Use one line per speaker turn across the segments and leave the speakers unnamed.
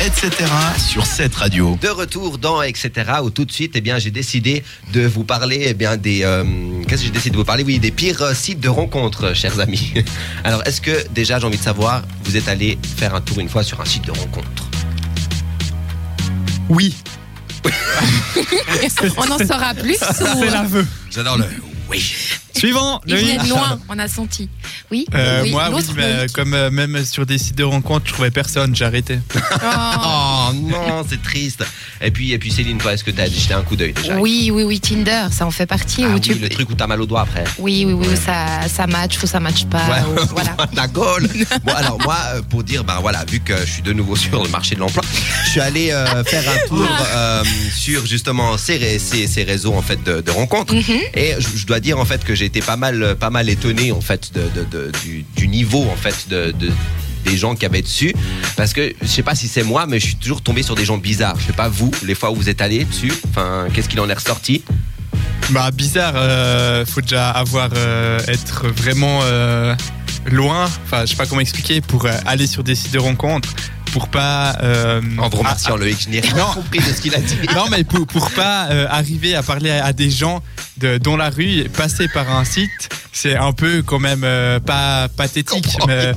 etc. sur cette radio.
De retour dans etc. où tout de suite, eh bien, j'ai décidé de vous parler, eh bien, des. euh, Qu'est-ce que j'ai décidé de vous parler Oui, des pires euh, sites de rencontres, chers amis. Alors, est-ce que déjà, j'ai envie de savoir, vous êtes allé faire un tour une fois sur un site de rencontre
Oui,
On en saura plus ou
c'est l'aveu.
J'adore le. Oui.
Suivant,
il
Loïc.
venait de loin, on a senti. Oui,
Euh,
oui,
moi, oui,
l'autre
mais
Loïc.
comme euh, même sur des sites de rencontres, je trouvais personne, j'ai arrêté.
Oh.
Oh non, c'est triste. Et puis, et puis Céline, toi, est-ce que t'as jeté un coup d'œil déjà
Oui, oui, oui, Tinder, ça en fait partie.
Oh. Ah
où
oui,
tu...
le truc où t'as mal au doigt après.
oui, oui, oui, où ça, ça match ou ça match pas.
Ouais.
ou- Ah, voilà.
La gaule. Bon, alors moi, euh, pour dire, ben voilà, vu que je suis de nouveau sur le marché de l'emploi, je suis allé euh, faire un tour euh, sur justement ces, ré- ces, ces réseaux en fait de, de rencontres. Et je, je dois dire en fait que j'ai été pas mal, euh, pas mal étonné en fait de, de- de- du, du niveau en fait de, de- des gens qui avaient dessus parce que je sais pas si c'est moi mais je suis toujours tombé sur des gens bizarres je sais pas vous les fois où vous êtes allé dessus enfin qu'est-ce qu'il en est ressorti
Bah bizarre, euh, faut déjà avoir euh, être vraiment euh, loin. Enfin, je sais pas comment expliquer pour euh, aller sur des sites de rencontres, pour pas. euh,
en vous
à-
remerciant Loïc je n'ai rien
Non.
compris de ce qu'il a dit
à- non mais pour, pour pas euh, arriver à parler à, à des gens de, dans la rue, et passer par un site, c'est un peu quand même euh, pas pathétique. Mais,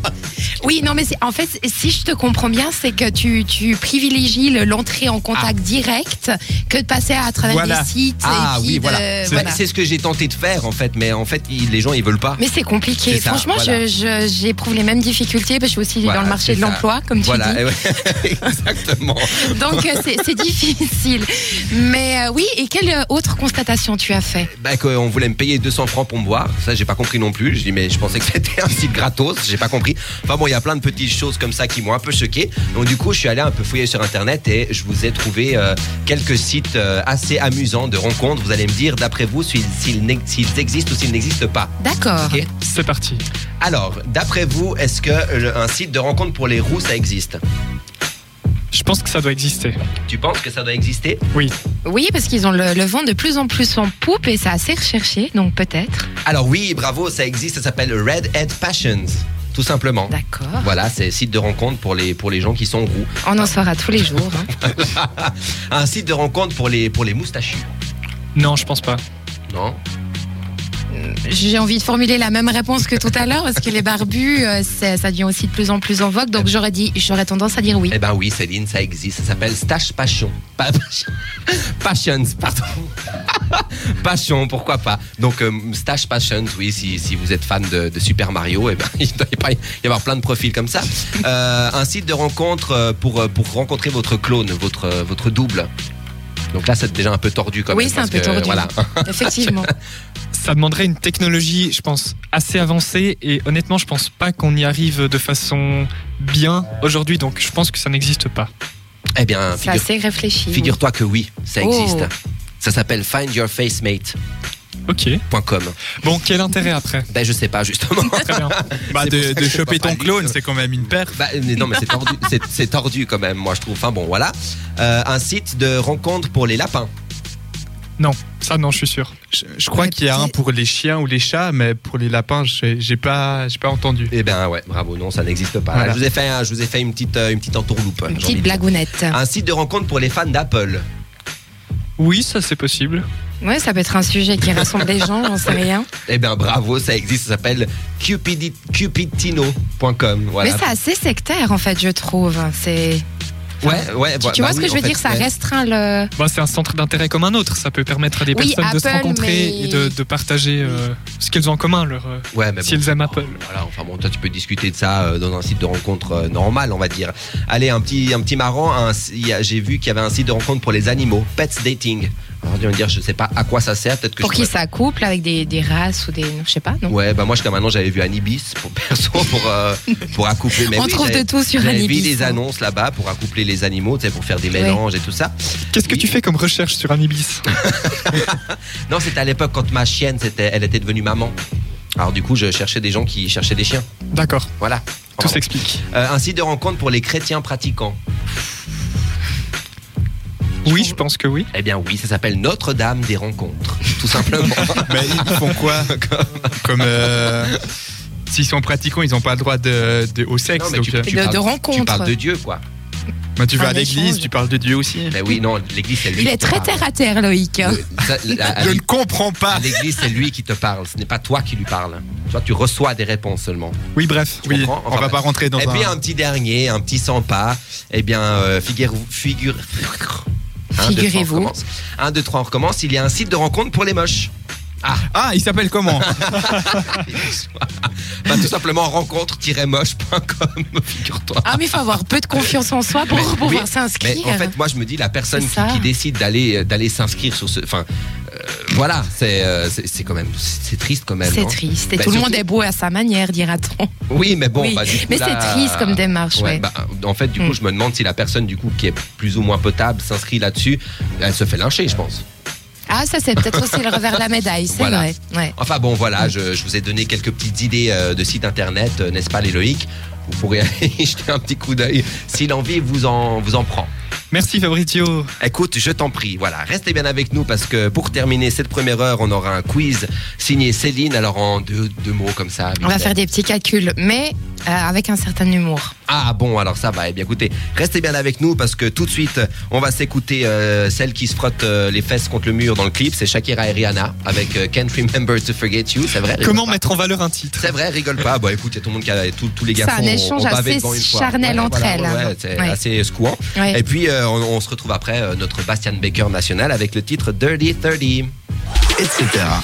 Oui, non, mais c'est- en fait, si je te comprends bien, c'est que tu, tu privilégies le- l'entrée en contact direct que de passer à travers
Voilà.
des sites.
Ah
et puis
oui,
de-
voilà. C'est
euh, voilà.
c'est ce que j'ai tenté de faire en fait, mais en fait ils- les gens ils veulent pas.
Mais c'est compliqué.
C'est ça,
Franchement,
voilà.
je- je- j'éprouve les mêmes difficultés parce que je suis aussi
Voilà,
dans le marché
c'est
de
ça.
l'emploi, comme tu dis.
voilà, et ouais, exactement.
Donc euh, c'est c'est difficile. Mais euh, oui, et quelle euh, autre constatation tu as fait
Bah, que on voulait me payer 200 francs pour me voir, ça j'ai pas compris non plus. Je dis mais je pensais que c'était un site gratos, j'ai pas compris. Enfin bon, il y a plein de petites choses comme ça qui m'ont un peu choqué. Donc du coup, je suis allé un peu fouiller sur internet et je vous ai trouvé euh, quelques sites euh, assez amusants de rencontres. Vous allez me dire d'après vous s'ils s'ils n'ex- s'ils existent ou s'ils n'existent pas.
D'accord.
Ok.
c'est parti.
Alors, d'après vous, est-ce que euh, un site de rencontre pour les roues ça existe
Je pense que ça doit exister.
Tu penses que ça doit exister
Oui, parce qu'ils ont le, le vent de plus en plus en poupe et c'est assez recherché, donc peut-être.
Alors oui, bravo, ça existe, ça s'appelle Redhead Passions, tout simplement.
D'accord.
Voilà, c'est site de rencontre pour les, pour les gens qui sont roux.
On en saura tous les jours. hein.
Un site de rencontre pour les, pour les moustachus.
Non, je pense pas.
Non
J'ai envie de formuler la même réponse que tout à l'heure parce que les barbus, euh, c'est- ça devient aussi de plus en plus en vogue. Donc j'aurais dit, j'aurais tendance à dire oui.
Eh ben oui, Céline, ça existe. Ça s'appelle Stache Passion. Pas- passion. Passions, pardon. Passion, pourquoi pas. Donc, euh, Stache Passions, oui, si, si vous êtes fan de, de Super Mario, eh ben, il doit y pas- y avoir plein de profils comme ça. Euh, un site de rencontre euh, pour, euh, pour rencontrer votre clone, votre, euh, votre double. Donc là, c'est déjà un peu tordu quand
Oui,
même.
c'est un
parce
peu
que,
tordu.
Voilà.
Effectivement.
Ça demanderait une technologie, je pense, assez avancée. Et honnêtement, je pense pas qu'on y arrive de façon bien aujourd'hui. Donc, je pense que ça n'existe pas.
Eh bien,
C'est
figure-
assez réfléchi.
figure-toi que oui, ça
Oh.
existe. Ça s'appelle findyourfacemate.com.
Ok. Bon, quel intérêt après
Ben, je sais pas, justement.
Très bien.
Bah
C'est pour
de,
ça que
de
c'est
choper
pas
ton
valide.
clone, c'est quand même une perf.
Bah, mais non, mais c'est tordu, c'est- c'est tordu quand même, moi je trouve. Enfin bon, voilà. Euh, un site de rencontre pour les lapins.
Non, ça non, je suis sûr.
Je, je crois qu'il y a un pour les chiens ou les chats, mais pour les lapins, j'ai j'ai pas, j'ai pas entendu.
Eh ben ouais, bravo, non, ça n'existe pas.
Voilà.
Je, vous ai fait, un- je vous ai fait une petite, euh, une petite entourloupe.
Une
j'ai envie
petite
de dire.
blagounette.
Un site de rencontre pour les fans d'Apple.
Oui, ça c'est possible.
Ouais, ça peut être un sujet qui rassemble les gens, j'en sais rien.
Eh ben bravo, ça existe, ça s'appelle cupidi- cupidtino.com. Voilà.
Mais c'est assez sectaire en fait, je trouve. C'est.
ouais, Bah ouais,
Tu, tu vois ce que je veux dire Ça
reste
restreint le.
Bah, c'est un centre d'intérêt comme un autre. Ça peut permettre à des
Oui,
personnes de se
Apple,
rencontrer
mais-
et de, de partager euh, ce qu'elles ont en commun. Leur, euh,
Ouais, mais
Si elles aiment Apple.
Voilà, enfin bon, toi tu peux discuter de ça euh, dans un site de rencontre euh, normal, on va dire. Allez, un petit, un petit marrant, un- il y a- j'ai vu qu'il y avait un site de rencontre pour les animaux, Pets Dating. Alors, tu vas me dire, je sais pas à quoi ça sert, peut-être que
Pour
je
qui
pourrais-
ça couple avec des, des races ou des. non, Je sais pas, non
Ouais, bah moi jusqu'à maintenant j'avais vu Anibis pour perso pour euh, pour accoupler. Mais
On
oui,
trouve
j'avais-
de tout sur
j'avais vu
Anibis,
des
hein.
annonces là-bas pour accoupler les animaux, tu sais, pour faire des mélanges et tout ça.
Qu'est-ce que
Oui.
tu fais comme recherche sur un ibis
Non, c'était à l'époque quand ma chienne, c'était, elle était devenue maman. Alors du coup, je cherchais des gens qui cherchaient des chiens.
D'accord,
Voilà.
tout
Enfin,
s'explique.
euh, un site de rencontre pour les chrétiens pratiquants.
Oui, je pense que oui.
Eh bien oui, ça s'appelle Notre-Dame des rencontres, tout simplement.
Mais ils font quoi Comme euh, s'ils sont pratiquants, ils n'ont pas le droit de, de- au sexe.
Non, mais
donc,
tu-
euh,
tu
De,
parles-
de
tu parles
rencontres.
de Dieu, quoi.
Bah, tu vas
Un
à l'église,
échange.
tu parles de Dieu aussi.
Ben oui, non, l'église, c'est lui.
Il
qui
est
te
très
parle.
terre à terre, Loïc. hein.
Le- ça, la- à
Je ne
l'église-
comprends
à
pas.
L'église, c'est lui qui te parle. Ce n'est pas toi qui lui parles. Toi, tu reçois des réponses seulement.
Oui, bref,
Tu
oui,
comprends
on va
Enfin,
pas rentrer dans
Et puis
un.
un petit dernier, un petit 100 pas. Eh bien, euh, figure, figure. Un, deux, trois, on
Figurez-vous.
recommence. Un, deux, trois, on recommence. Il y a un site de rencontre pour les moches.
Ah, il s'appelle comment
Enfin, Bah, tout simplement rencontre-moche.com, figure-toi.
Ah, mais il faut avoir peu de confiance en soi pour
Mais-
pouvoir
oui,
s'inscrire.
Mais en fait, moi, je me dis, la personne
C'est
qui,
ça.
qui décide d'aller euh, d'aller s'inscrire sur ce. Enfin, euh, voilà, c'est euh, c'est c'est quand même. C'est triste quand même.
c'est
non
triste. Et
Bah,
tout le
surtout-
monde est beau à sa manière, dira-t-on.
Oui, mais bon,
Oui,
bah, du coup,
mais c'est
là,
triste comme démarche,
ouais,
ouais.
bah, en fait, du coup,
Mm.
je me demande si la personne, du coup, qui est plus ou moins potable, s'inscrit là-dessus, elle se fait lyncher, je pense.
Ah, ça, c'est peut-être aussi le revers de la médaille, c'est
Voilà.
vrai. Ouais.
Enfin bon, voilà, je, je vous ai donné quelques petites idées euh, de sites internet, euh, n'est-ce pas, les Loïc Vous pourrez aller y jeter un petit coup d'œil si l'envie vous en, vous en prend.
Merci Fabrizio.
Écoute, je t'en prie, voilà, restez bien avec nous parce que pour terminer cette première heure, on aura un quiz signé Céline. Alors en deux, deux mots comme ça.
On va faire des petits calculs, mais euh, avec un certain humour.
Ah bon, alors ça va. Eh bien, écoutez, restez bien avec nous parce que tout de suite, on va s'écouter euh, celle qui se frotte euh, les fesses contre le mur dans le clip. C'est Shakira et Rihanna avec euh, Can't Remember to Forget You. C'est vrai. rigole
Comment
pas.
mettre en valeur un titre
C'est vrai, rigole pas. Bon, écoute, il y a tout le monde qui a, tous- tous les
C'est
garçons.
un
ont-
échange
ont bavé
assez
devant une fois.
charnel entre elles,
ouais,
hein.
c'est
Ouais.
assez secouant.
Ouais.
Et puis, euh, on, on se retrouve après euh, notre Bastian Baker national avec le titre Dirty 30.
etc.